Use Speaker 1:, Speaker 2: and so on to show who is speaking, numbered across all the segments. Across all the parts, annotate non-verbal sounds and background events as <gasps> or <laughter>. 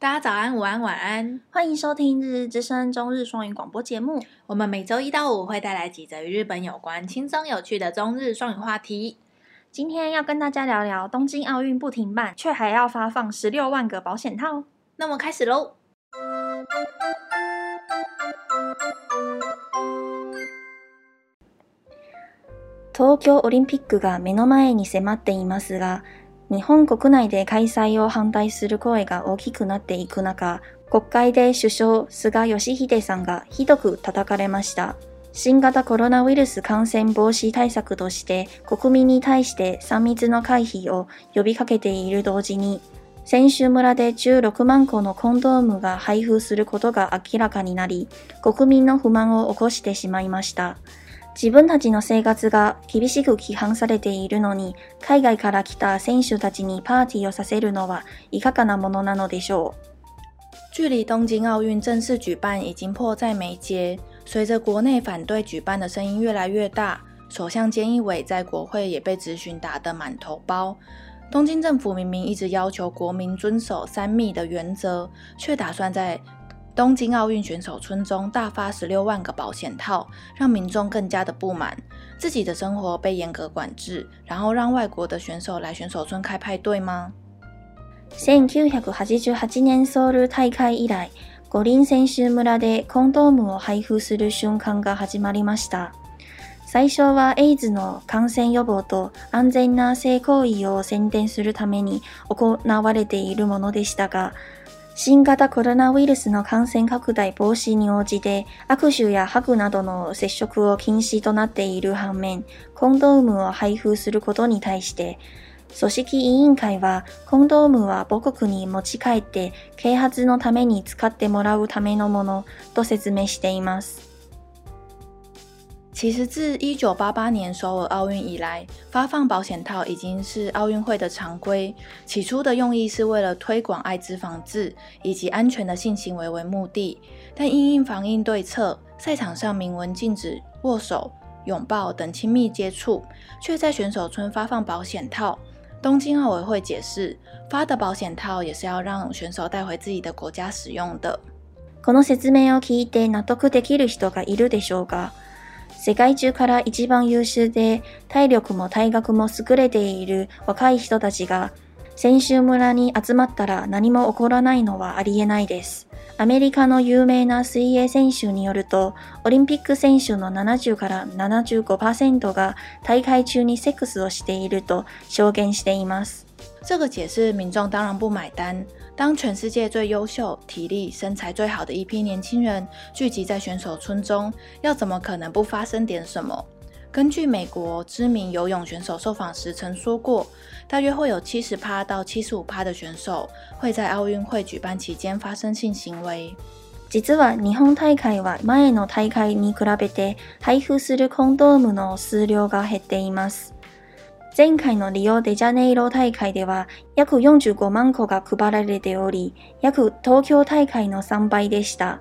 Speaker 1: 大家早安、午安、晚安。
Speaker 2: 欢迎收听《日日之声》中日双语广播节目。
Speaker 1: 我们每周一到五会带来几则与日本有关、轻松有趣的中日双语话题。
Speaker 2: 今天要跟大家聊聊东京奥运不停办，却还要发放十六万个保险套。
Speaker 1: 那么开始喽。
Speaker 2: 東京オリンピックが目の前に迫っていますが、日本国内で開催を反対する声が大きくなっていく中、国会で首相菅義偉さんがひどく叩かれました。新型コロナウイルス感染防止対策として国民に対して3密の回避を呼びかけている同時に、選手村で16万個のコンドームが配布することが明らかになり、国民の不満を起こしてしまいました。自分たちの生活が厳しく批判されているのに、海外から来た選手たちにパーティーをさせるのはいかがなものなのでしょう。
Speaker 1: 距离东京奥运正式举办已经迫在眉睫，随着国内反对举办的声音越来越大，首相菅义伟在国会也被质询打得满头包。东京政府明明一直要求国民遵守三密的原则，却打算在东京奥运选手村中大发十六万个保险套，让民众更加的不满，自己的生活被严格管制，然后让外国的选手来选手村开派对吗？
Speaker 2: 1988年ソウル大会以来、五輪選手村でコンドームを配布する瞬間が始まりました。最初はエイズの感染予防と安全な性行為を宣伝するために行われているものでしたが、新型コロナウイルスの感染拡大防止に応じて握手やハグなどの接触を禁止となっている反面、コンドームを配布することに対して、組織委員会はコンドームは母国に持ち帰って啓発のために使ってもらうためのものと説明しています。
Speaker 1: 其实，自一九八八年首尔奥运以来，发放保险套已经是奥运会的常规。起初的用意是为了推广艾滋防治以及安全的性行为为目的，但因应防疫对策，赛场上明文禁止握手、拥抱等亲密接触，却在选手村发放保险套。东京奥委会解释，发的保险套也是要让选手带回自己的国家使用的。
Speaker 2: この説明を聞いて納得できる人がいるでしょうか？世界中から一番優秀で体力も体格も優れている若い人たちが選手村に集まったら何も起こらないのはありえないです。アメリカの有名な水泳選手によると、オリンピック選手の70から75%が大会中にセックスをしていると証言しています。
Speaker 1: 这个解释，民众当然不买单。当全世界最优秀、体力、身材最好的一批年轻人聚集在选手村中，要怎么可能不发生点什么？根据美国知名游泳选手受访时曾说过，大约会有七十趴到七十五趴的选手会在奥运会举办期间发生性行为。
Speaker 2: 実は日本大会は前の大会に比べて配布するコンドームの数量が減っています。前回のリオデジャネイロ大会では約45万個が配られており、約東京大会の3倍でした。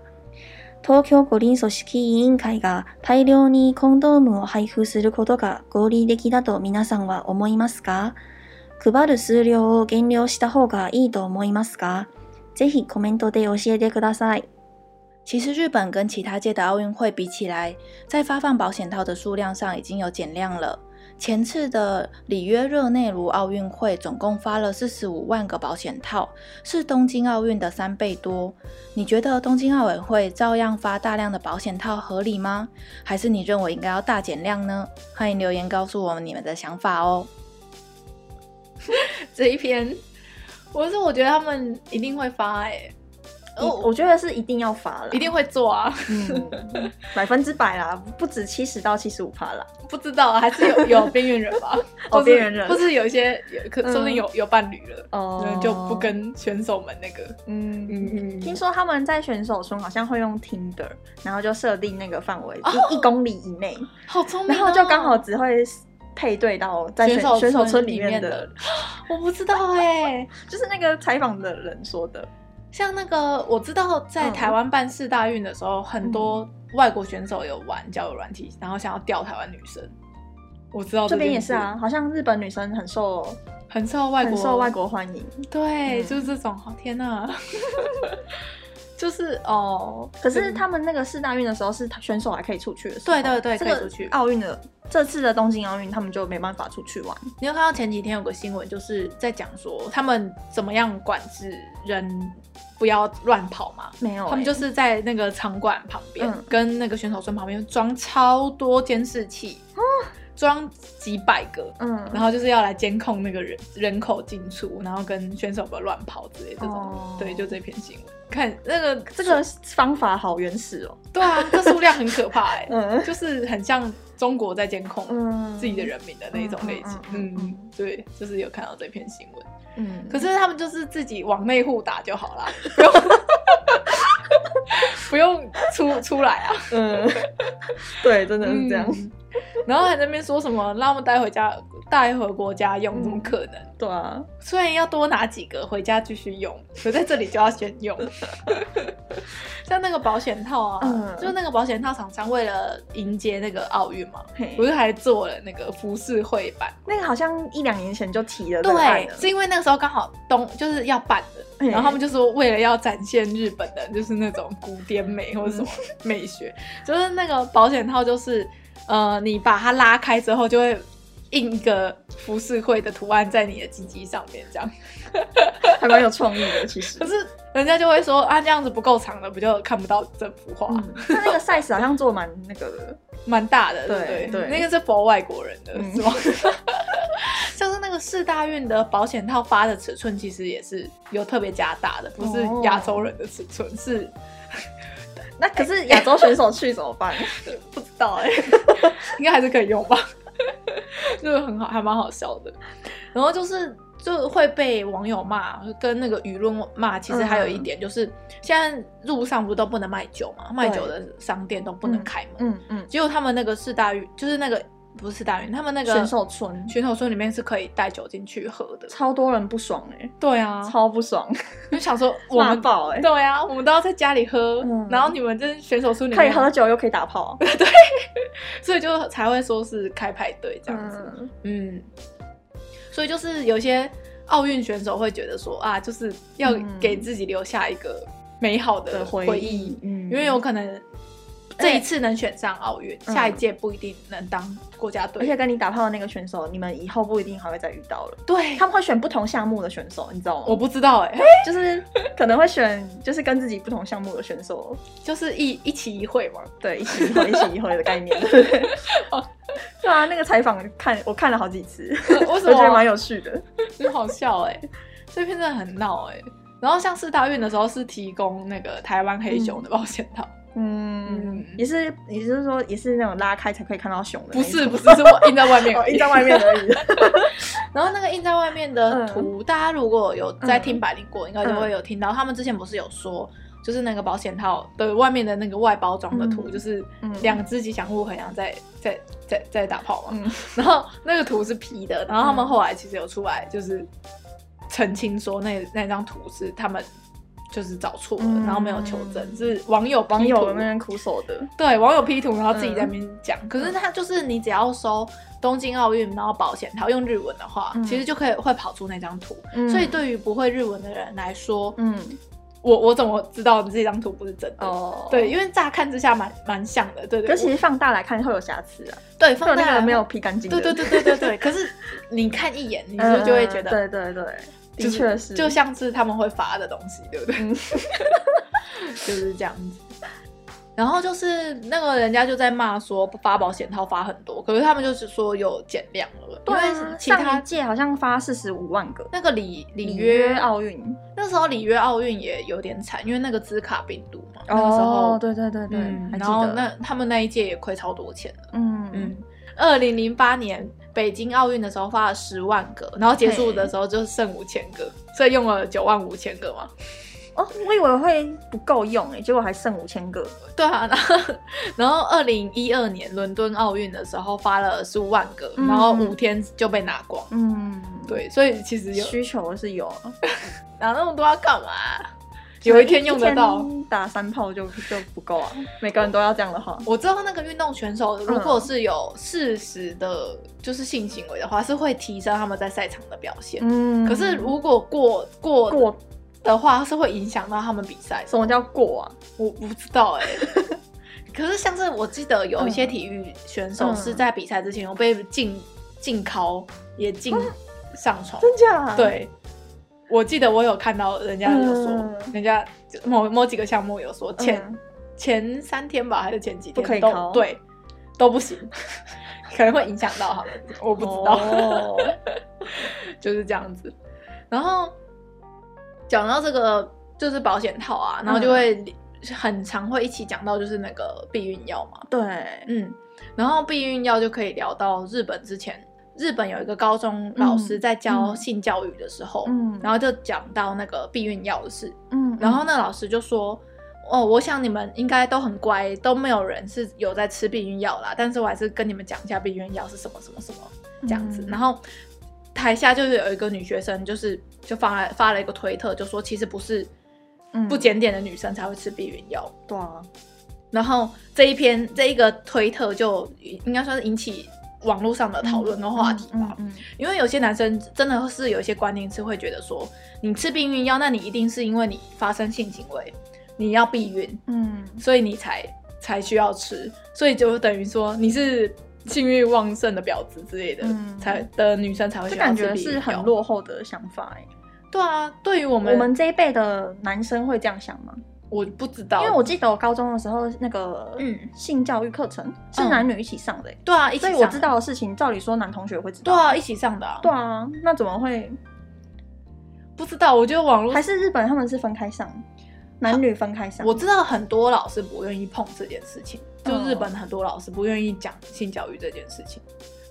Speaker 2: 東京五輪組織委員会が大量にコンドームを配布することが合理的だと皆さんは思いますか配る数量を減量した方がいいと思いますかぜひコメントで教えてください。
Speaker 1: 其实日本跟其他届的奥运会比起来，在发放保险套的数量上已经有减量了。前次的里约热内卢奥运会总共发了四十五万个保险套，是东京奥运的三倍多。你觉得东京奥委会照样发大量的保险套合理吗？还是你认为应该要大减量呢？欢迎留言告诉我们你们的想法哦。
Speaker 3: <laughs> 这一篇，我是我觉得他们一定会发哎、欸。
Speaker 2: 哦，我觉得是一定要发了，
Speaker 3: 一定会做啊，
Speaker 2: 嗯， <laughs> 百分之百啦，不止七十到七十五趴啦，
Speaker 3: 不知道还是有有边缘人吧，
Speaker 2: <laughs> 哦，边缘人，嗯
Speaker 3: 或是有一些有可说不定有有伴侣了，哦，就不跟选手们那个，嗯
Speaker 2: 嗯嗯，听说他们在选手村好像会用 Tinder，然后就设定那个范围一一公里以内，
Speaker 3: 好聪哦
Speaker 2: 明，然后就刚好只会配对到在选选手村里面的，
Speaker 3: <gasps> 我不知道哎，
Speaker 2: 就是那个采访的人说的。
Speaker 3: 像那个我知道，在
Speaker 2: 嗯
Speaker 3: 台湾办世大运的时候，嗯、很多外国选手有玩交友软体，然后想要钓台湾女生。
Speaker 1: 我知道
Speaker 2: 这边也是啊，好像日本女生很受
Speaker 1: 很受外国
Speaker 2: 很受外国欢迎。
Speaker 1: 对，嗯、就是这种。天
Speaker 2: <laughs>
Speaker 1: 哪，
Speaker 2: 就是哦。可是他们那个四大运的时候，是选手还可以出去的时
Speaker 1: 候。对对对，
Speaker 2: 这
Speaker 1: 个出去。
Speaker 2: 奥运的这次的东京奥运，他们就没办法出去玩。
Speaker 1: 你有看到前几天有个新闻，就是在讲说他们怎么样管制人。不要乱跑嘛！
Speaker 2: 没有、欸，
Speaker 1: 他们就是在那个场馆旁边、哦嗯，跟那个选手村旁边装超多监视器，装、哦、几百个，嗯，然后就是要来监控那个人人口进出，然后跟选手不要乱跑之类这种、哦。对，就这篇新闻，看那个
Speaker 2: 这个方法好原始哦。
Speaker 1: 对啊，这数量很可怕哎、欸 <laughs> 嗯，就是很像中国在监控
Speaker 2: 嗯
Speaker 1: 自己的人民的那一种类型嗯。嗯，对，就是有看到这篇新闻。嗯，可是他们就是自己往内户打就 <laughs> 好啦，不用不用出出来啊。 <laughs>
Speaker 2: 嗯， <laughs> 对，真的是这样。嗯、
Speaker 1: 然后还在那边说什么让他们带回家、带回国家用、嗯，怎么可能？
Speaker 2: 对啊，
Speaker 1: 虽然要多拿几个回家继续用，可在这里就要先 <laughs> 用。像那个保险套啊，嗯、就是那个保险套厂商为了迎接那个奥运嘛，不是还做了那个服饰会版？
Speaker 2: 那个好像一两年前就提了，
Speaker 1: 对，是因为那个时候刚好冬就是要办
Speaker 2: 嗯
Speaker 1: 的，然后他们就说为了要展现日本的就是那种古典美或者什么美学，嗯、就是那个保险套就是呃，你把它拉开之后就会。印一个浮世绘的图案在你的鸡鸡上面，这样
Speaker 2: 还蛮有创意的。其 <laughs> 实，
Speaker 1: 可是人家就会说啊，这样子不够长了，不就看不到这幅画？
Speaker 2: 他、嗯、那个 size 好像做蛮那个
Speaker 1: 蛮大的，
Speaker 2: 对对，
Speaker 1: 那个是否外国人的、嗯、是吗？ <laughs> 像是那个四大运的保险套发的尺寸，其实也是有特别加大的，不是亚洲人的尺寸、哦、是。
Speaker 2: 那可是亚洲选手去怎么办？
Speaker 1: 哎 <laughs> 不知道哎、欸，应该还是可以用吧。 <laughs> 就是很好，还蛮好笑的。然后就是就会被网友骂，跟那个舆论骂。其实还有一点就是，嗯、现在路上不都不能卖酒嘛？卖酒的商店都不能开门。嗯、嗯、嗯。只有他们那个四大运，就是那个不是四大运，他们那个
Speaker 2: 选手村，
Speaker 1: 选手村里面是可以带酒进去喝的。
Speaker 2: 超多人不爽哎、欸。
Speaker 1: 对啊，
Speaker 2: 超不
Speaker 1: <laughs>
Speaker 2: 爽。
Speaker 1: 就想说我们
Speaker 2: 饱哎、欸。
Speaker 1: 对啊，我们都要在家里喝，嗯、然后你们这选手村里面
Speaker 2: 可以喝酒又可以打炮。
Speaker 1: 对。所以就才会说是开派对这样子，嗯，嗯所以就是有些奥运选手会觉得说啊，就是要给自己留下一个美好的回忆，
Speaker 2: 回忆嗯，
Speaker 1: 因为有可能这一次能选上奥运、欸，下一届不一定能当国家队、嗯，
Speaker 2: 而且跟你打炮的那个选手，你们以后不一定还会再遇到了。
Speaker 1: 对，
Speaker 2: 他们会选不同项目的选手，你知道吗？
Speaker 1: 哎我不知道哎、欸，
Speaker 2: <laughs> 就是可能会选就是跟自己不同项目的选手，
Speaker 1: 就是一一期一会嘛， <laughs>
Speaker 2: 对，一期一会，一期一会的概念， <laughs> 对不对？哦对啊，那个采访看我看了好几次，
Speaker 1: 我
Speaker 2: 觉得蛮有趣的，
Speaker 1: 很好笑哎、欸，这篇真的很闹哎、欸。然后像四大运的时候是提供那个台湾黑熊的保险套，
Speaker 2: 嗯，嗯也是也就是说也是那种拉开才可以看到熊的，
Speaker 1: 不是不是 <laughs> 是印在外面
Speaker 2: 哦，印在外面而已。
Speaker 1: <laughs> 然后那个印在外面的图，嗯、大家如果有在听百灵果，应该就会有听到、嗯，他们之前不是有说。就是那个保险套的外面的那个外包装的图，嗯、就是两只吉祥物很像在在在在打炮嘛、嗯。 <laughs> 然后那个图是 P 的，然后他们后来其实有出来就是澄清说那，那那张图是他们就是找错了、嗯，然后没有求证，是网友
Speaker 2: 网友那边苦守的。
Speaker 1: 对，网友 P 图，然后自己在那边讲。可是他就是你只要搜东京奥运，然后保险套用日文的话，其实就可以会跑出那张图。
Speaker 2: 嗯
Speaker 1: 所以对于不会日文的人来说，嗯。我我怎么知道这张图不是真的？哦、oh.，对，因为乍看之下蛮蛮像的，对对,對。
Speaker 2: 可其实放大来看会有瑕疵啊。
Speaker 1: 对，放大
Speaker 2: 没有皮干净。
Speaker 1: 对对对对对对。可是你看一眼，你就就会觉得，
Speaker 2: 嗯、对对对，的确是，
Speaker 1: 就像是他们会发的东西，对不对？嗯、就是这样子。然后就是那个人家就在骂说发保险套发很多，可是他们就是说有减量了，
Speaker 2: 对、
Speaker 1: 啊，
Speaker 2: 因为其他届好像发四十五万个。
Speaker 1: 那个里
Speaker 2: 里哦
Speaker 1: 约
Speaker 2: 奥运，
Speaker 1: 那时候里约奥运也有点惨，因为那个兹卡病毒嘛，那个时候，
Speaker 2: 哦、对对对对，嗯、
Speaker 1: 然后那他们那一届也亏超多钱了，嗯嗯。二零零八年北京奥运的时候发了十万个，然后结束的时候就剩五千个，所以用了九万五千个嘛。
Speaker 2: 哦，我以为会不够用哎，结果还剩五千个。
Speaker 1: 对啊， <laughs> 然后然后二零一二年伦敦奥运的时候发了十五万个、嗯，然后五天就被拿光。嗯，对，所以其实有
Speaker 2: 需求是有，啊 <laughs>
Speaker 1: 拿那么多要干嘛？有一天用得到，
Speaker 2: 打三炮就就不够 <laughs> 啊！每个人都要这样的话。
Speaker 1: 我知道那个运动选手，如果是有事实的就是性行为的话，是会提升他们在赛场的表现。
Speaker 2: 嗯
Speaker 1: 可是如果过过
Speaker 2: 过
Speaker 1: 的话，是会影响到他们比赛的。
Speaker 2: 什么叫过啊？
Speaker 1: 我不知道
Speaker 2: <laughs>
Speaker 1: 哎、可是像是我记得有一些体育选手
Speaker 2: 嗯
Speaker 1: 是在比赛之前有被禁禁考，也禁上床。
Speaker 2: 嗯真假？，
Speaker 1: 对，我记得我有看到人家有说，
Speaker 2: 嗯
Speaker 1: 人家就某某几个项目有说前、
Speaker 2: 嗯
Speaker 1: 前三天吧，还是前几天
Speaker 2: 不可以
Speaker 1: 都
Speaker 2: 考
Speaker 1: 对都不行， <laughs> 可能会影响到他们，我不知道， <laughs>
Speaker 2: 哦
Speaker 1: 就是这样子。然后讲到这个就是保险套啊，然后
Speaker 2: 嗯
Speaker 1: 就会、很常会一起讲到就是那个避孕药嘛，
Speaker 2: 对，
Speaker 1: 嗯，然后避孕药就可以聊到日本之前，日本有一个高中老师在教
Speaker 2: 嗯
Speaker 1: 性教育的时候，
Speaker 2: 嗯
Speaker 1: 然后就讲到那个避孕药的事，
Speaker 2: 嗯
Speaker 1: 然后那老师就说。哦，我想你们应该都很乖，都没有人是有在吃避孕药啦。但是我还是跟你们讲一下避孕药是什么什么什么这样子。
Speaker 2: 嗯
Speaker 1: 然后台下就是有一个女学生，就是就发了发了一个推特，就说其实不是
Speaker 2: 嗯
Speaker 1: 不检点的女生才会吃避孕药，
Speaker 2: 对啊，
Speaker 1: 然后这一篇这一个推特就应该算是引起网络上的讨论跟话题吧，
Speaker 2: 嗯，嗯
Speaker 1: 因为有些男生真的是有一些观念是会觉得说，你吃避孕药，那你一定是因为你发生性行为，你要避孕，
Speaker 2: 嗯，
Speaker 1: 所以你才才需要吃，所以就等于说你是性欲旺盛的婊子之类的，
Speaker 2: 嗯
Speaker 1: 才的女生才会
Speaker 2: 这
Speaker 1: 需要
Speaker 2: 感
Speaker 1: 吃
Speaker 2: 觉
Speaker 1: 避孕
Speaker 2: 是很
Speaker 1: 药。
Speaker 2: 落后的想法哎。
Speaker 1: 对啊，对于我们
Speaker 2: 我们这一辈的男生会这样想吗？
Speaker 1: 我不知道，
Speaker 2: 因为我记得我高中的时候那个
Speaker 1: 嗯
Speaker 2: 性教育课程是男女一起上的欸，
Speaker 1: 对啊，一起
Speaker 2: 所以
Speaker 1: 上
Speaker 2: 我知道的事情，照理说男同学会知
Speaker 1: 对
Speaker 2: 道。
Speaker 1: 啊，一起上的、啊，
Speaker 2: 对啊，那怎么会？
Speaker 1: 不知道，我觉得网络
Speaker 2: 还是日本他们是分开上，男女分开上。
Speaker 1: 我知道很多老师不愿意碰这件事情，就
Speaker 2: 嗯
Speaker 1: 日本很多老师不愿意讲性教育这件事情。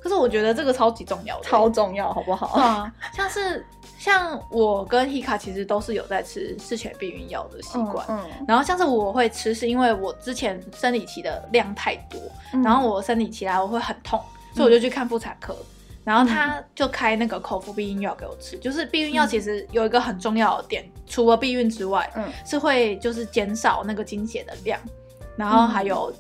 Speaker 1: 可是我觉得这个超级重要的，
Speaker 2: 超重要，好不好？
Speaker 1: <laughs> 对啊，像是像我跟 Hika 其实都是有在吃事前避孕药的习惯。
Speaker 2: 嗯，
Speaker 1: 然后像是我会吃，是因为我之前生理期的量太多，
Speaker 2: 嗯
Speaker 1: 然后我生理期来我会很痛，所以我就去看妇产科，然后他就开那个口服避孕药给我吃。就是避孕药其实有一个很重要的点，除了避孕之外，
Speaker 2: 嗯
Speaker 1: 是会就是减少那个经血的量，然后还有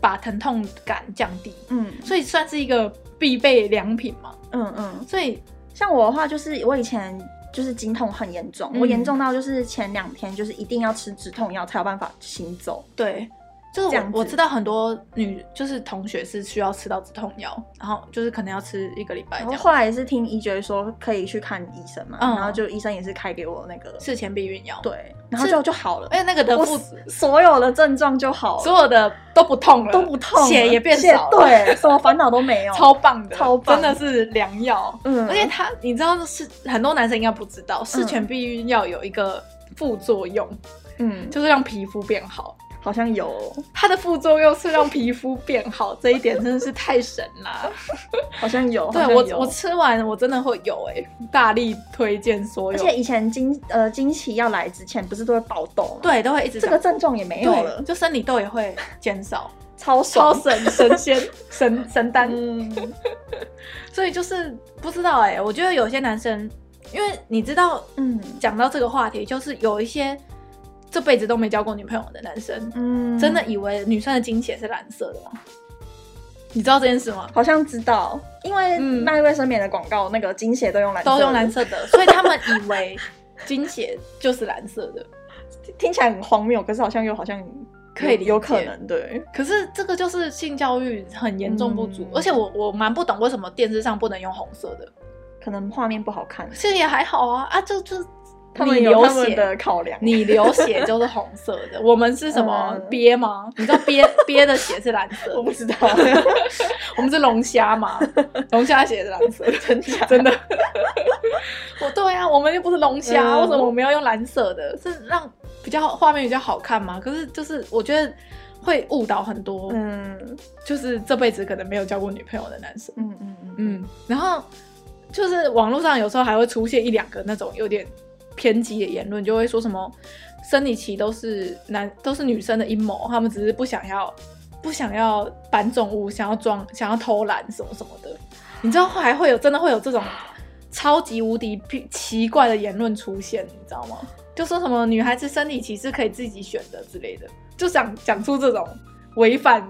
Speaker 1: 把疼痛感降低，
Speaker 2: 嗯
Speaker 1: 所以算是一个必备良品嘛。
Speaker 2: 嗯嗯，
Speaker 1: 所以
Speaker 2: 像我的话，就是我以前就是经痛很严重，
Speaker 1: 嗯
Speaker 2: 我严重到就是前两天就是一定要吃止痛药才有办法行走。
Speaker 1: 对。就是
Speaker 2: 这样
Speaker 1: 我
Speaker 2: 子
Speaker 1: 我知道很多女就是同学是需要吃到止痛药，然后就是可能要吃一个礼拜
Speaker 2: 然
Speaker 1: 这
Speaker 2: 后
Speaker 1: 样。
Speaker 2: 后来也是听医觉说可以去看医生嘛，
Speaker 1: 嗯
Speaker 2: 然后就医生也是开给我那个，
Speaker 1: 事前避孕药，，
Speaker 2: 对，然后就就好了，
Speaker 1: 而且那个的
Speaker 2: 我
Speaker 1: 副
Speaker 2: 所有的症状就好了，
Speaker 1: 所有的都不痛了，
Speaker 2: 都不痛了，
Speaker 1: 血也变少了
Speaker 2: 血，对，什么烦恼都没有，
Speaker 1: 超棒的，
Speaker 2: 超棒
Speaker 1: 真的是良药。
Speaker 2: 嗯，
Speaker 1: 而且它，你知道是很多男生应该不知道，事前避孕药有一个副作用，
Speaker 2: 嗯，
Speaker 1: 就是让皮肤变好。
Speaker 2: 好像有，
Speaker 1: 它的副作用是让皮肤变 <laughs> 好，这一点真的是太神 <laughs> 啦！
Speaker 2: 好像有，
Speaker 1: 对
Speaker 2: 好像
Speaker 1: 我，
Speaker 2: 有
Speaker 1: 我吃完我真的会有哎、大力推荐所
Speaker 2: 而
Speaker 1: 有，
Speaker 2: 且以前经呃经期要来之前不是都会爆痘吗？，
Speaker 1: 对都会一直
Speaker 2: 这
Speaker 1: 长
Speaker 2: 个症状也没有
Speaker 1: 对
Speaker 2: 了，
Speaker 1: 就生理痘也会减少，<laughs>
Speaker 2: 超
Speaker 1: 超
Speaker 2: 爽。
Speaker 1: 神神仙神神丹。
Speaker 2: 嗯，
Speaker 1: 所以就是不知道哎、我觉得有些男生，因为你知道，
Speaker 2: 嗯
Speaker 1: 讲到这个话题，就是有一些这辈子都没交过女朋友的男生，
Speaker 2: 嗯，
Speaker 1: 真的以为女生的经血是蓝色的吗？你知道这件事吗？
Speaker 2: 好像知道，因为
Speaker 1: 嗯
Speaker 2: 麦味生棉的广告那个精血都用蓝色的，
Speaker 1: 都用蓝色
Speaker 2: <laughs>
Speaker 1: 的，所以他们以为经血就是蓝色的。
Speaker 2: 听起来很荒谬，可是好像又好像
Speaker 1: 可以理解
Speaker 2: 有有可能对，
Speaker 1: 可是这个就是性教育很严重不足，
Speaker 2: 嗯
Speaker 1: 而且我我蛮不懂为什么电视上不能用红色的，
Speaker 2: 可能画面不好看，
Speaker 1: 这也还好啊啊，就就
Speaker 2: 他们
Speaker 1: 你
Speaker 2: 有
Speaker 1: 流
Speaker 2: 他们
Speaker 1: 血
Speaker 2: 的考量。
Speaker 1: 你流血就是红色的，我们是什么
Speaker 2: 嗯
Speaker 1: 鳖吗？你知道鳖鳖的血是蓝色
Speaker 2: <laughs> 我不
Speaker 1: 的，
Speaker 2: 知道，
Speaker 1: <laughs> 我们是龙虾
Speaker 2: <laughs>
Speaker 1: 吗？龙虾血是蓝色的，
Speaker 2: 真假
Speaker 1: 真的。 <laughs> 我对啊，我们又不是龙虾，
Speaker 2: 嗯
Speaker 1: 为什么我们要用蓝色的？是让比较画面比较好看吗？可是就是我觉得会误导很多，
Speaker 2: 嗯
Speaker 1: 就是这辈子可能没有交过女朋友的男生。
Speaker 2: 嗯嗯嗯，
Speaker 1: 嗯，然后就是网络上有时候还会出现一两个那种有点偏激的言论，就会说什么生理期都是男都是女生的阴谋，他们只是不想要不想要搬重物，想要装想要偷懒什么什么的。你知道还会有真的会有这种超级无敌屁奇怪的言论出现，你知道吗？就说什么女孩子生理期是可以自己选的之类的，就想讲出这种违反，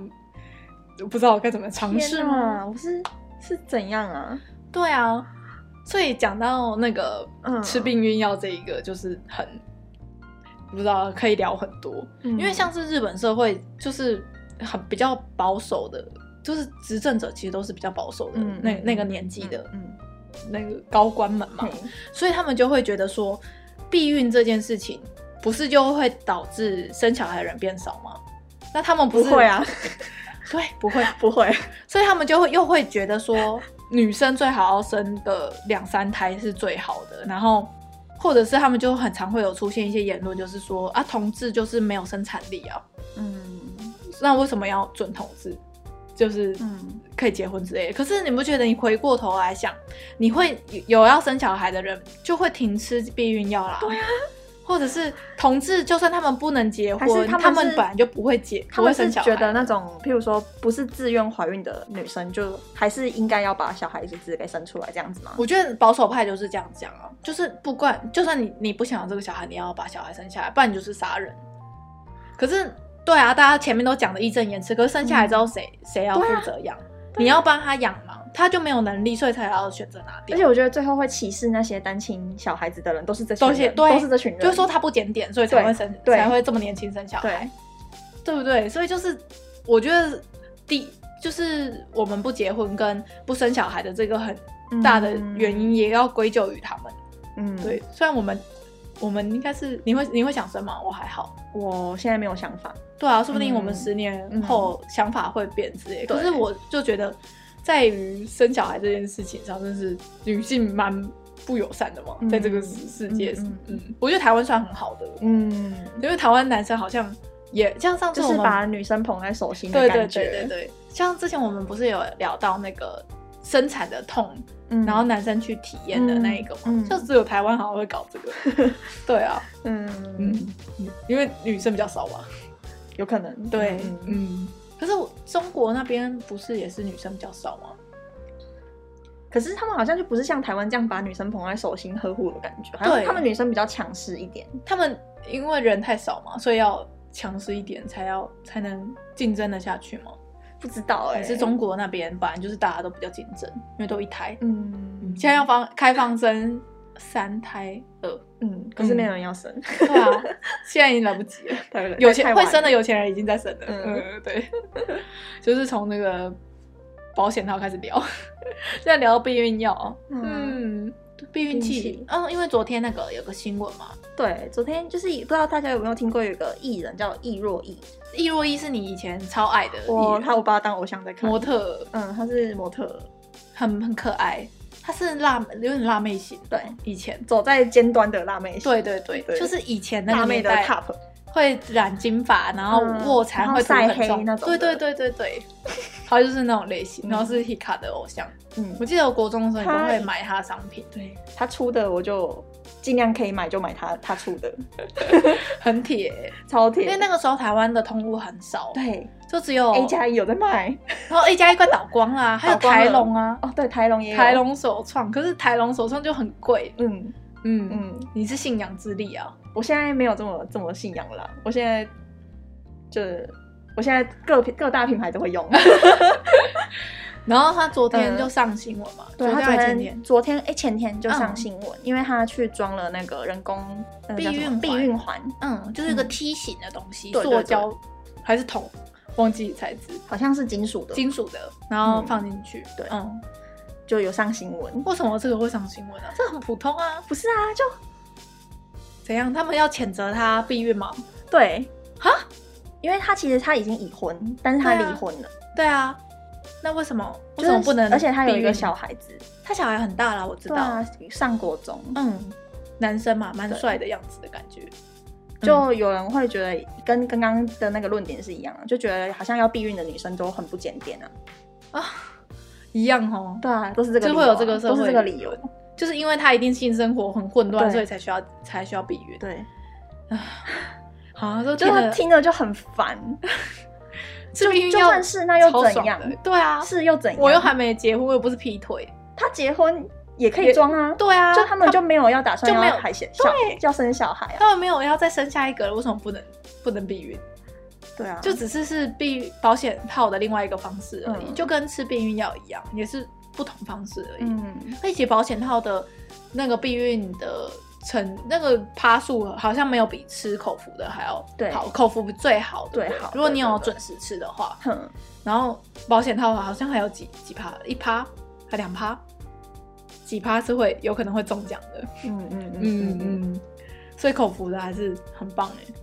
Speaker 1: 我不知道该怎么尝
Speaker 2: 天
Speaker 1: 试吗？
Speaker 2: 嗯哪，我是是怎样啊？
Speaker 1: 对啊，所以讲到那个
Speaker 2: 嗯
Speaker 1: 吃避孕药这一个，就是很不知道可以聊很多，
Speaker 2: 嗯
Speaker 1: 因为像是日本社会就是很比较保守的，就是执政者其实都是比较保守的、
Speaker 2: 嗯
Speaker 1: 那
Speaker 2: 嗯
Speaker 1: 那个年纪的、
Speaker 2: 嗯，
Speaker 1: 那个高官们嘛，
Speaker 2: 嘿
Speaker 1: 所以他们就会觉得说，避孕这件事情不是就会导致生小孩的人变少吗？那他们不
Speaker 2: 不
Speaker 1: 是
Speaker 2: 会啊，
Speaker 1: <laughs> 对，不会，
Speaker 2: 不会，
Speaker 1: 所以他们就会又会觉得说，女生最好要生个两三胎是最好的，然后或者是他们就很常会有出现一些言论，就是说啊，同志就是没有生产力啊，
Speaker 2: 嗯
Speaker 1: 那为什么要准同志？就是
Speaker 2: 嗯
Speaker 1: 可以结婚之类的。可是你不觉得你回过头来想，你会有要生小孩的人就会停吃避孕药啦？对啊。或者是同志，就算他们不能结
Speaker 2: 还是
Speaker 1: 婚，
Speaker 2: 他们
Speaker 1: 他们
Speaker 2: 是
Speaker 1: 本来就不会结，不
Speaker 2: 他
Speaker 1: 会
Speaker 2: 们是
Speaker 1: 生小孩。
Speaker 2: 觉得那种，譬如说不是自愿怀孕的女生，就还是应该要把小孩子给生出来这样子吗？
Speaker 1: 我觉得保守派就是这样讲啊，就是不管，就算你你不想要这个小孩，你要把小孩生下来，不然你就是杀人。可是，对啊，大家前面都讲的义正言辞，可是生下
Speaker 2: 嗯
Speaker 1: 来之后谁、谁要负
Speaker 2: 啊
Speaker 1: 责养？你要帮他养嘛，他就没有能力，所以才要选择拿
Speaker 2: 而
Speaker 1: 掉。
Speaker 2: 且我觉得最后会歧视那些单亲小孩子的人，都是这群
Speaker 1: 都是
Speaker 2: 人，
Speaker 1: 对，
Speaker 2: 都是这群人，
Speaker 1: 就是说他不检点，所以才会生，
Speaker 2: 对
Speaker 1: 才会这么年轻生小孩
Speaker 2: 对，
Speaker 1: 对不对？所以就是我觉得第就是我们不结婚跟不生小孩的这个很大的原因，也要归咎于他们。
Speaker 2: 嗯，
Speaker 1: 对，虽然我们我们应该是你会你会想生吗？我还好。
Speaker 2: 我现在没有想法，
Speaker 1: 对啊，说不定我们
Speaker 2: 嗯
Speaker 1: 十年后想法会变之类。
Speaker 2: 对
Speaker 1: 可是我就觉得，在于生小孩这件事情上，真是女性蛮不友善的嘛，
Speaker 2: 嗯
Speaker 1: 在这个世世界
Speaker 2: 嗯
Speaker 1: 嗯
Speaker 2: 嗯
Speaker 1: 我觉得台湾算很好的，
Speaker 2: 嗯，
Speaker 1: 因为台湾男生好像也像上次
Speaker 2: 就
Speaker 1: 我
Speaker 2: 是
Speaker 1: 们
Speaker 2: 把女生捧在手心的
Speaker 1: 对对
Speaker 2: 感
Speaker 1: 对对
Speaker 2: 觉，
Speaker 1: 对，像之前我们不是有聊到那个生产的痛，
Speaker 2: 嗯
Speaker 1: 然后男生去体验的那一个嘛，
Speaker 2: 嗯嗯
Speaker 1: 就只有台湾好像会搞这
Speaker 2: <laughs>
Speaker 1: 个。对啊，
Speaker 2: 嗯
Speaker 1: 嗯，因为女生比较少吧。
Speaker 2: 有可能，
Speaker 1: 嗯
Speaker 2: 嗯
Speaker 1: 可是我中国那边不是也是女生比较少吗？
Speaker 2: 可是他们好像就不是像台湾这样把女生捧在手心呵护的感觉，好
Speaker 1: 对
Speaker 2: 像他们女生比较强势一点，
Speaker 1: 他们因为人太少嘛，所以要强势一点，才要才能竞争得下去吗？
Speaker 2: 不知道哎、
Speaker 1: 还是中，国那边本来就是大家都比较竞争，因为都一胎。
Speaker 2: 嗯，
Speaker 1: 现在要放开放生三胎二，
Speaker 2: 嗯，可是没有人要生，
Speaker 1: <laughs> 对啊，现在已经来不及了。
Speaker 2: 对
Speaker 1: 有钱会生的，
Speaker 2: 有
Speaker 1: 有钱人已经在生了。嗯
Speaker 2: 嗯，
Speaker 1: 对， <laughs> 就是从那个保险套开始聊，现在聊到避孕药，
Speaker 2: 嗯
Speaker 1: 嗯，避孕
Speaker 2: 避
Speaker 1: 器
Speaker 2: 孕器，
Speaker 1: 嗯，因为昨天那个有个新闻嘛，
Speaker 2: 对，昨天就是不知道大家有没有听过有个艺人叫易若易，
Speaker 1: 易若一是你以前超爱的艺人，
Speaker 2: 我他我把他当偶像在看，
Speaker 1: 模特
Speaker 2: 嗯，他是模特，
Speaker 1: 很很可爱，她是辣有点辣妹型，
Speaker 2: 对，
Speaker 1: 以前。
Speaker 2: 走在尖端的辣妹，
Speaker 1: 对对对，
Speaker 2: 对
Speaker 1: 就是以前那
Speaker 2: 辣
Speaker 1: 个
Speaker 2: 妹
Speaker 1: 年
Speaker 2: 的
Speaker 1: 代，
Speaker 2: top，
Speaker 1: 会染金发，然后
Speaker 2: 嗯
Speaker 1: 卧蚕会涂
Speaker 2: 然后晒
Speaker 1: 很
Speaker 2: 黑
Speaker 1: 重
Speaker 2: 那种
Speaker 1: 对
Speaker 2: 的
Speaker 1: 对对对对， <laughs> 他就是那种类型，
Speaker 2: 嗯
Speaker 1: 然后是 Hika 的偶像。
Speaker 2: 嗯，
Speaker 1: 我记得我国中的时候也都会买他的商品，对，
Speaker 2: 他出的我就尽量可以买就买他他出的，
Speaker 1: 很铁、
Speaker 2: 超甜，
Speaker 1: 因为那个哦时候台湾的通路很少，，
Speaker 2: 对
Speaker 1: 就只有
Speaker 2: A 加一有在卖，
Speaker 1: 然后 A 加一快倒光啦、
Speaker 2: <laughs>
Speaker 1: 还有
Speaker 2: 倒光了
Speaker 1: 台龙啊，
Speaker 2: 哦，对，台龙也有，
Speaker 1: 台，龙首创，可是台龙首创就很贵，
Speaker 2: 嗯
Speaker 1: 嗯嗯，
Speaker 2: 嗯，
Speaker 1: 你是信仰之力啊，
Speaker 2: 我现在没有这么这么信仰了啦，我现在就是我现在各各大品牌都
Speaker 1: <laughs>
Speaker 2: 会用。
Speaker 1: 然后他昨天
Speaker 2: 嗯
Speaker 1: 就上新闻嘛，
Speaker 2: 对，
Speaker 1: 天
Speaker 2: 他
Speaker 1: 还
Speaker 2: 昨
Speaker 1: 是前
Speaker 2: 天
Speaker 1: 天，
Speaker 2: 昨天哎、前天就
Speaker 1: 嗯
Speaker 2: 上新闻，因为他去装了那个人工、那个叫
Speaker 1: 避
Speaker 2: 什
Speaker 1: 孕
Speaker 2: 么
Speaker 1: 环
Speaker 2: 避孕环，
Speaker 1: 嗯，就是一个
Speaker 2: 嗯
Speaker 1: T 型的东西，
Speaker 2: 对对
Speaker 1: 塑胶还是铜，忘记材质，
Speaker 2: 好像是金属的，
Speaker 1: 金属的，然后
Speaker 2: 嗯
Speaker 1: 放进去。
Speaker 2: 对
Speaker 1: 嗯，
Speaker 2: 就有上新闻。
Speaker 1: 为什么这个会上新闻啊？这很普通啊。
Speaker 2: 不是啊，就
Speaker 1: 怎样？他们要谴责他避孕吗？
Speaker 2: 对
Speaker 1: 哈，
Speaker 2: 因为他其实他已经已婚，但是他
Speaker 1: 对啊
Speaker 2: 离婚了，
Speaker 1: 对啊，那为什么？为
Speaker 2: 就
Speaker 1: 什
Speaker 2: 是
Speaker 1: 么不能？
Speaker 2: 而且他有一个小，孩子，
Speaker 1: 他小孩很大了，我知
Speaker 2: 对
Speaker 1: 道。
Speaker 2: 啊，上国中，
Speaker 1: 嗯，男生嘛，蛮
Speaker 2: 对
Speaker 1: 帅的样子的感觉。
Speaker 2: 就有人会觉得跟刚刚的那个论点是一样的，就觉得好像要避孕的女生都很不检点啊。
Speaker 1: 一样哦，
Speaker 2: 对啊，都是这个
Speaker 1: 就
Speaker 2: 理由啊，
Speaker 1: 会有这个社
Speaker 2: 都
Speaker 1: 会
Speaker 2: 是这个理由。
Speaker 1: 就是因为他一定性生活很混乱，
Speaker 2: 对
Speaker 1: 所以才需要才需要避孕。
Speaker 2: 对，
Speaker 1: 啊，都
Speaker 2: 就
Speaker 1: 觉得
Speaker 2: 是听着就很烦，
Speaker 1: 是避孕
Speaker 2: 就
Speaker 1: 药
Speaker 2: 算是那又
Speaker 1: 超
Speaker 2: 怎
Speaker 1: 爽
Speaker 2: 样
Speaker 1: 的？对啊，
Speaker 2: 是又怎样？
Speaker 1: 我又还没结婚，我又不是劈腿。
Speaker 2: 他结婚也可以装啊，
Speaker 1: 对啊，
Speaker 2: 就他们就没有要打算
Speaker 1: 就没有
Speaker 2: 要海鲜小要生小孩啊，
Speaker 1: 他们没有要再生下一个了，为什么不能不能避孕？
Speaker 2: 对啊，
Speaker 1: 就只是是避保险套的另外一个方式而已，
Speaker 2: 嗯
Speaker 1: 就跟吃避孕药一样，也是不同方式而已。
Speaker 2: 嗯，
Speaker 1: 那其实保险套的那个避孕的成那个趴数好像没有比吃口服的还要
Speaker 2: 对
Speaker 1: 好，口服最好的。
Speaker 2: 最好
Speaker 1: 如果你有
Speaker 2: 对对对
Speaker 1: 准时吃的话，
Speaker 2: 哼，
Speaker 1: 然后保险套好像还有几几趴，一趴还两趴，几趴是会有可能会中奖的。
Speaker 2: 嗯嗯
Speaker 1: 嗯嗯，所以口服的还是很棒哎，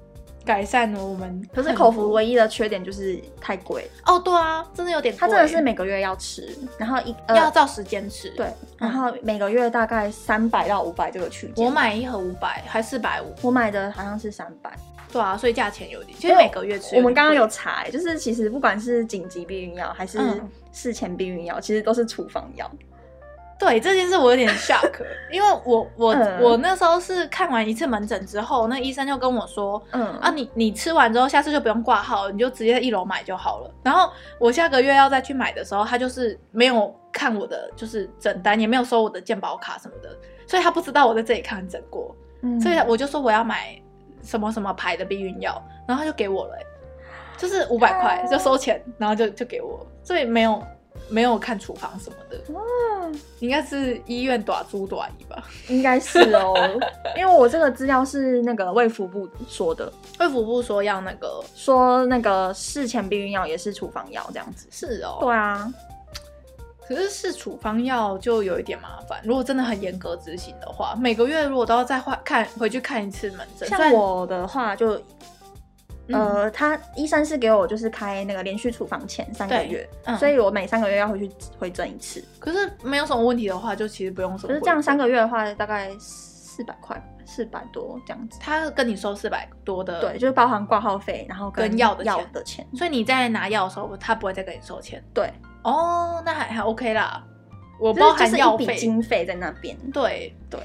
Speaker 1: 改善了我们。
Speaker 2: 可是口服唯一的缺点就是太贵，
Speaker 1: 哦，对啊，真的有点贵，
Speaker 2: 它真的是每个月要吃，然后一
Speaker 1: 要
Speaker 2: 呃
Speaker 1: 照时间吃。
Speaker 2: 对，然后每个月大概三百到五百这个区间。
Speaker 1: 我买一盒五百还四百五，
Speaker 2: 我买的好像是三百，
Speaker 1: 对啊，所以价钱有点，其
Speaker 2: 因
Speaker 1: 实
Speaker 2: 为
Speaker 1: 每个月吃。
Speaker 2: 我们刚刚有查、欸，就是其实不管是紧急避孕药还是
Speaker 1: 嗯
Speaker 2: 事前避孕药，其实都是处方药。
Speaker 1: 对这件事我有点
Speaker 2: <laughs>
Speaker 1: shock，因为我我、
Speaker 2: 嗯
Speaker 1: 我那时候是看完一次门诊之后，那医生就跟我说，
Speaker 2: 嗯
Speaker 1: 啊，你你吃完之后，下次就不用挂号了，你就直接在一楼买就好了。然后我下个月要再去买的时候，他就是没有看我的就是诊单，也没有收我的健保卡什么的，所以他不知道我在这里看诊过，
Speaker 2: 嗯
Speaker 1: 所以我就说我要买什么什么牌的避孕药，然后他就给我了欸、就是五百块就收钱，然后就就给我，所以没有没有看处方什么的，应该是医院短租短医吧。
Speaker 2: 应该是哦，
Speaker 1: <laughs>
Speaker 2: 因为我这个资料是那个卫福部说的，
Speaker 1: 卫福部说要那个
Speaker 2: 说那个事前避孕药也是处方药这样子。
Speaker 1: 是哦，
Speaker 2: 对啊，
Speaker 1: 可是是处方药就有一点麻烦，如果真的很严格执行的话，每个月如果都要再换看回去看一次门诊，虽
Speaker 2: 像
Speaker 1: 然，
Speaker 2: 我的话就，
Speaker 1: 嗯
Speaker 2: 呃，他医生是给我就是开那个连续处方前三个
Speaker 1: 对
Speaker 2: 月，
Speaker 1: 嗯
Speaker 2: 所以我每三个月要回去回诊一次。
Speaker 1: 可是没有什么问题的话，就其实不用什么。
Speaker 2: 可是这样三，个月的话，大概四百块，四百多这样子。
Speaker 1: 他跟你收四百多的，
Speaker 2: 对，，就是包含挂号费，然后
Speaker 1: 跟
Speaker 2: 跟
Speaker 1: 药的钱
Speaker 2: 药的钱。
Speaker 1: 所以你在拿药的时候，他不会再跟你收钱。
Speaker 2: 对，
Speaker 1: 哦，那还还 OK 啦，我包
Speaker 2: 就是就
Speaker 1: 含
Speaker 2: 是
Speaker 1: 药
Speaker 2: 一
Speaker 1: 费，
Speaker 2: 笔经费在那边。
Speaker 1: 对
Speaker 2: 对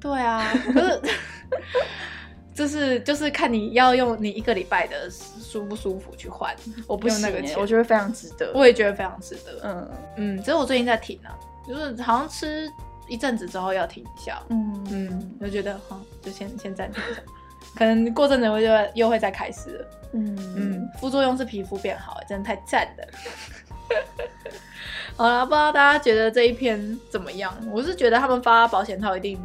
Speaker 1: 对啊，可是 <laughs> 就是就是看你要用你一个礼拜的舒不舒服去
Speaker 2: <laughs>
Speaker 1: 换，我不
Speaker 2: 不
Speaker 1: 用
Speaker 2: 行
Speaker 1: 那个
Speaker 2: 欸
Speaker 1: 钱，
Speaker 2: 我觉得非常值得。
Speaker 1: 我也觉得非常值得。
Speaker 2: 嗯
Speaker 1: 嗯，只是我最近在停啊，就是好像吃一阵子之后要停一下，
Speaker 2: 嗯，
Speaker 1: 嗯，就觉得好、就先先暂停一
Speaker 2: <laughs>
Speaker 1: 下，可能过阵子我就又会再开始了。
Speaker 2: 嗯
Speaker 1: 嗯，副作用是皮肤变好，真的 <laughs> 太赞了。好啦，不知道大家觉得这一篇怎么样？我是觉得他们发保险套一定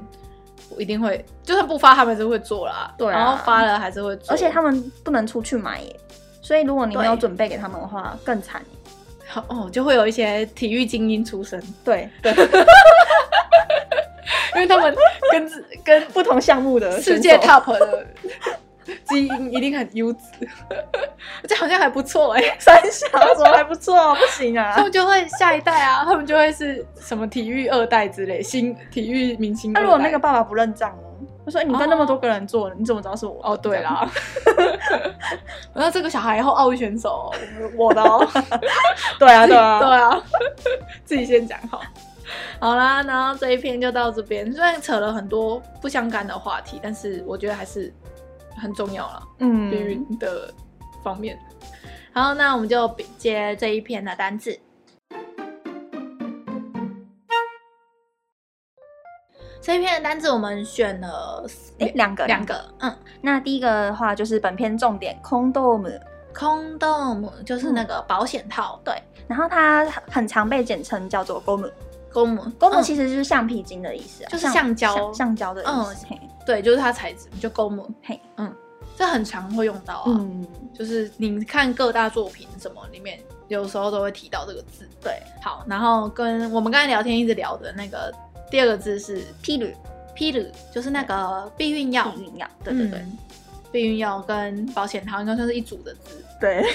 Speaker 1: 一定会，就算不发他们还是会做啦。
Speaker 2: 对啊
Speaker 1: 然后发了还是会做，
Speaker 2: 而且他们不能出去买耶，所以如果你没有
Speaker 1: 对
Speaker 2: 准备给他们的话，更惨耶。
Speaker 1: 好哦就会有一些体育精英出身，
Speaker 2: 对对，
Speaker 1: 因为他
Speaker 2: <laughs>
Speaker 1: 们跟自跟
Speaker 2: 不同项目的
Speaker 1: 世
Speaker 2: 选
Speaker 1: 界
Speaker 2: 手
Speaker 1: top 的基因一定很优质，这好像还不错哎、
Speaker 2: 三小怎么还
Speaker 1: <laughs>
Speaker 2: 不错，不行
Speaker 1: 他
Speaker 2: 啊。
Speaker 1: 们就会下一代啊，他们就会是什么体育二代之类，新体育明星
Speaker 2: 那
Speaker 1: 二代。
Speaker 2: 如果那个爸爸不认账呢？我说你跟那么多个人做，你怎么知道是我？
Speaker 1: 哦，对 <laughs> 啦，那这个小孩以后奥运选手、
Speaker 2: 我的哦。对啊，对
Speaker 1: <laughs>
Speaker 2: 啊，
Speaker 1: 对 <laughs> 啊，自己先讲好。好啦，然后这一篇就到这边。虽然扯了很多不相干的话题，但是我觉得还是很重要了。
Speaker 2: 嗯，
Speaker 1: 避孕的方面。好，那我们就接这一篇的单字。这一篇的单字我们选了四
Speaker 2: 哎，两个
Speaker 1: 两。个，嗯
Speaker 2: 那第一个的话就是本片重点空豆姆，
Speaker 1: ，condom
Speaker 2: 嗯
Speaker 1: 就是那个保险套，对
Speaker 2: 然后它很常被简称叫做 gom。
Speaker 1: ，gom
Speaker 2: gom
Speaker 1: 实
Speaker 2: 其实就是橡皮筋的意思啊，
Speaker 1: 嗯就是橡胶嗯
Speaker 2: 橡橡胶的意思。嘿
Speaker 1: 对，就是它材质就 gom，
Speaker 2: 嘿，
Speaker 1: 嗯，这很常会用到啊，
Speaker 2: 嗯，
Speaker 1: 就是你看各大作品什么里面，有时候都会提到这个字。
Speaker 2: 对，
Speaker 1: 好，然后跟我们刚才聊天一直聊的那个第二个字是
Speaker 2: 披旅
Speaker 1: p i l 就是那个避孕药。
Speaker 2: 避孕药，啊对对对、
Speaker 1: 嗯避孕药跟保险套应该算是一组的字，
Speaker 2: 对，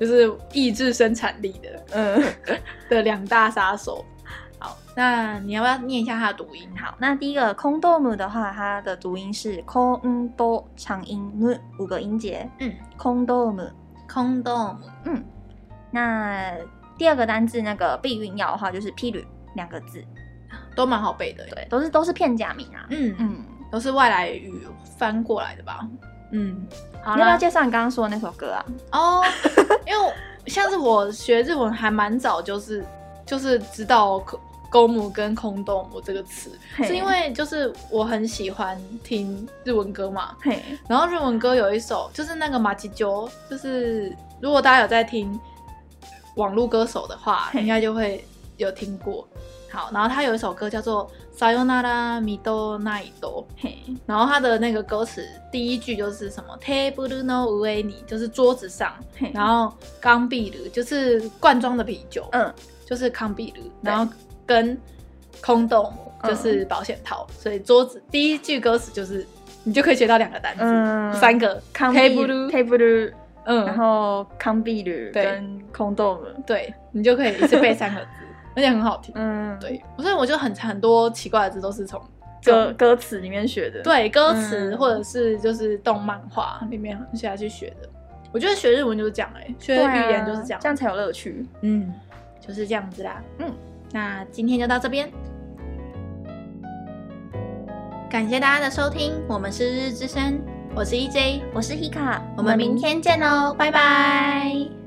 Speaker 1: 就是抑制生产力的
Speaker 2: 嗯。 <laughs>
Speaker 1: 的两大杀手。好，那你要不要念一下它的读音？
Speaker 2: 好，那第一个空豆姆的话，它的读音是空嗯多长音嗯五个音节，
Speaker 1: 嗯，
Speaker 2: 空豆姆。
Speaker 1: ，condom
Speaker 2: 那第二个单字那个避孕药的话，就是披旅两个字，
Speaker 1: 都蛮好背的，
Speaker 2: 对，，都是都是片假名啊。
Speaker 1: 嗯嗯，
Speaker 2: 嗯，
Speaker 1: 都是外来语翻过来的吧？嗯，好
Speaker 2: 你要不要
Speaker 1: 啦，
Speaker 2: 介绍你刚刚说的那首歌啊？
Speaker 1: 哦， <laughs> 因为我像是我学日文还蛮早，就是就是知道勾母跟空洞母这个词，
Speaker 2: 嘿
Speaker 1: 是因为就是我很喜欢听日文歌嘛，
Speaker 2: 嘿，
Speaker 1: 然后日文歌有一首就是那个马吉鸠，就是如果大家有在听网络歌手的话，
Speaker 2: 嘿
Speaker 1: 应该就会有听过。好，然后他有一首歌叫做《Sayonara Midnight》，
Speaker 2: 嘿，
Speaker 1: 然后他的那个歌词第一句就是什么 “table no way 你”，就是桌子上，
Speaker 2: 嘿
Speaker 1: 然后钢壁炉就是罐装的啤酒，
Speaker 2: 嗯，
Speaker 1: 就是康壁炉，然后跟空洞就是
Speaker 2: 嗯
Speaker 1: 保险套，所以桌子第一句歌词就是你就可以学到两个单词，
Speaker 2: 嗯
Speaker 1: 三个 table blue，
Speaker 2: table table，
Speaker 1: 嗯，
Speaker 2: 然后 c o m b i l
Speaker 1: 对
Speaker 2: 跟空洞，
Speaker 1: 对你就可以一次背三个字，而
Speaker 2: <laughs>
Speaker 1: 且很好听。
Speaker 2: 嗯，
Speaker 1: 对，所以我就很很多奇怪的字都是从这种
Speaker 2: 歌歌词里面学的，，
Speaker 1: 对歌词、
Speaker 2: 嗯
Speaker 1: 或者是就是动漫画里面下去学的。我觉得学日文就是这样哎、学
Speaker 2: 对啊
Speaker 1: 语言就是这样，
Speaker 2: 这样才有乐趣。
Speaker 1: 嗯，就是这样子啦。
Speaker 2: 嗯，
Speaker 1: 那今天就到这边，感谢大家的收听，我们是日日之声，我是 EJ，
Speaker 4: 我是 Hika，
Speaker 1: 哦我们明天见喽，拜拜